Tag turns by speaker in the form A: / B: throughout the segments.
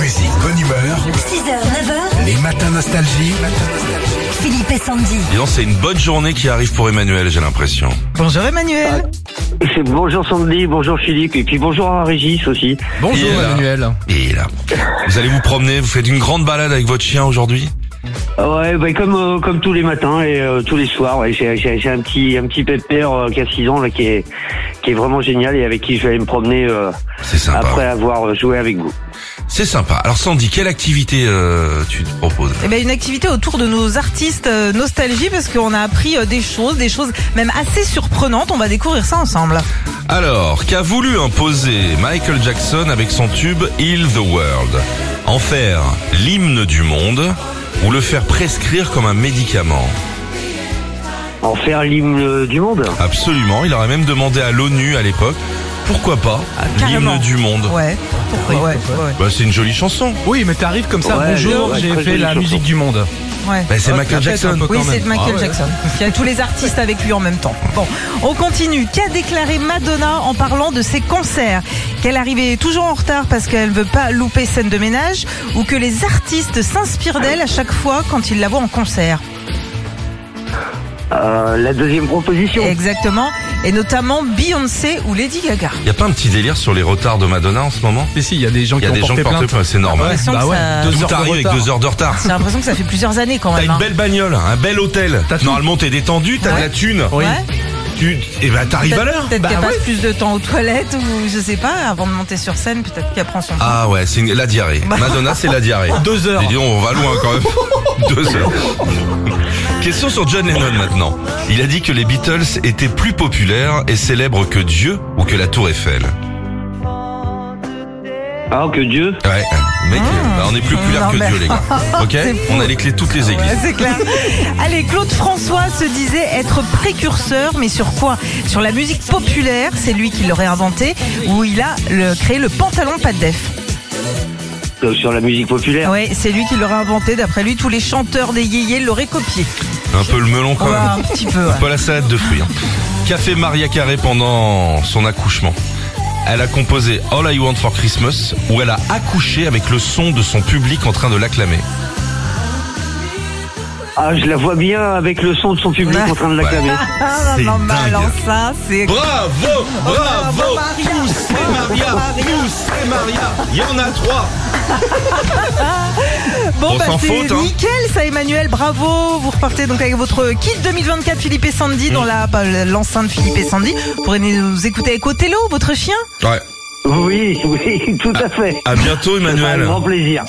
A: musique, bonne humeur.
B: 6h, 9h,
A: Les matins nostalgie.
B: Philippe et Sandy.
C: Dis donc, c'est une bonne journée qui arrive pour Emmanuel, j'ai l'impression.
D: Bonjour Emmanuel.
E: Ah,
F: C'est bonjour Sandy, bonjour Philippe, et puis bonjour à Régis aussi.
C: Bonjour, Il est là.
D: Emmanuel.
C: Et il est là. Vous allez vous promener, vous faites une grande balade avec votre chien aujourd'hui.
F: Ouais, bah, comme euh, comme tous les matins et euh, tous les soirs, ouais, j'ai j'ai- j'ai un petit un petit pépère euh, qui a 6 ans là qui est qui est vraiment génial et avec qui je vais aller me promener euh,
C: C'est sympa.
F: après avoir euh, joué avec vous.
C: C'est sympa. Alors Sandy, quelle activité euh, tu te proposes
D: Eh ben, une activité autour de nos artistes euh, nostalgie parce qu'on a appris euh, des choses, des choses même assez surprenantes. On va découvrir ça ensemble.
C: Alors, qu'a voulu imposer Michael Jackson avec son tube Heal the World En faire l'hymne du monde ou le faire prescrire comme un médicament
F: En faire l'hymne du monde.
C: Absolument, il aurait même demandé à l'ONU à l'époque, pourquoi pas
D: carrément.
C: l'hymne du monde
D: Ouais. Pourquoi ouais, ouais,
C: Bah, C'est une jolie chanson.
E: Oui, mais t'arrives comme ça,
F: Ouais,
E: bonjour,
F: ouais,
E: j'ai
F: très
E: fait
F: jolie
E: la
F: chanson.
E: musique du monde.
D: ouais.
C: Bah, c'est
E: Ouais,
C: Michael
E: tu la fêtes
C: Jackson.
E: un peu
D: Oui,
E: quand
D: c'est
E: même.
D: de Michael
E: Ah ouais.
D: Jackson. Il y a tous les artistes avec lui en même temps. Bon, on continue. Qu'a déclaré Madonna en parlant de ses concerts Qu'elle arrivait toujours en retard parce qu'elle ne veut pas louper scène de ménage ou que les artistes s'inspirent d'elle à chaque fois quand ils la voient en concert
F: Euh, la deuxième
C: Oh.
F: proposition.
D: Exactement. Et notamment Beyoncé ou Lady Gaga.
C: Il y a pas un petit délire sur les retards de Madonna en ce moment
E: Et si, il y a des
C: Il
E: gens
C: y
E: qui
C: a
E: ont
C: des gens qui
E: porté
C: portent
E: plainte.
C: plainte, c'est normal.
D: l'impression
E: bah
D: que
E: ouais,
D: ça-
E: deux
C: Tout
E: heures de
C: arrive avec
E: retard.
C: deux heures de retard.
D: J'ai l'impression que ça fait plusieurs années quand
C: T'as
D: même.
C: une
D: hein.
C: belle bagnole, un bel hôtel.
E: T'as tout.
C: Normalement, t'es détendu, t'as de la
D: Ouais.
C: thune.
E: Oui.
D: Ouais.
C: Tu, et ben, t'arrives à l'heure.
D: Peut-être
E: Bah
D: qu'elle
E: ouais.
D: passe plus de temps aux toilettes ou je sais pas, avant de monter sur scène, peut-être qu'elle prend son temps.
C: Ah ouais, c'est une- la diarrhée. Madonna, c'est la diarrhée.
E: Bah. Deux heures.
C: J'ai dit, on va loin quand même. Deux heures. Question sur John Lennon maintenant. Il a dit que les Beatles étaient plus populaires et célèbres que Dieu ou que la Tour Eiffel.
F: Ah que Dieu.
C: Ouais, mec,
E: Ah.
C: bah, on est plus populaires
D: Non,
C: que
D: mais-
C: Dieu, les gars. Ok
D: C'est fou.
C: On a les clés de toutes les églises.
D: Ouais, c'est clair. Allez, Claude François se disait être précurseur, mais sur quoi Sur la musique populaire, c'est lui qui l'aurait inventé, où il a le- créé le pantalon pas de def.
F: euh, Sur la musique populaire.
D: Ouais, c'est lui qui l'aurait inventé. D'après lui, tous les chanteurs des yéyés l'auraient copié.
C: Un peu le melon quand
D: Ouais,
C: même.
D: un petit peu. ouais.
C: Pas la salade de fruits. hein. Qu'a fait Maria Carré pendant son accouchement Elle a composé All I Want for Christmas où elle a accouché avec le son de son public en train de l'acclamer.
F: Ah je la vois bien avec le son de son public
D: Ouais.
F: en train de l'acclamer.
D: Ah,
C: C'est
D: non, non,
C: dingue.
D: alors ça, c'est. Oh,
C: Bravo Bravo Poussez Maria Poussez Maria Il y en a trois
D: Bon,
C: On
D: bah,
C: s'en
D: c'est
C: fout, hein.
D: nickel, ça, Emmanuel. Bravo. Vous repartez donc avec votre kit 2024 Philippe et Sandy
C: Mm.
D: dans la pas l'enceinte Philippe et Sandy. Vous pourrez nous écouter avec Othello, votre chien.
C: Ouais.
F: Oui, oui, tout à fait.
C: À bientôt
F: Un
C: Emmanuel
F: grand plaisir.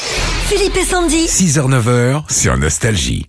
B: Philippe et Sandy.
A: 6h, 9h sur Nostalgie.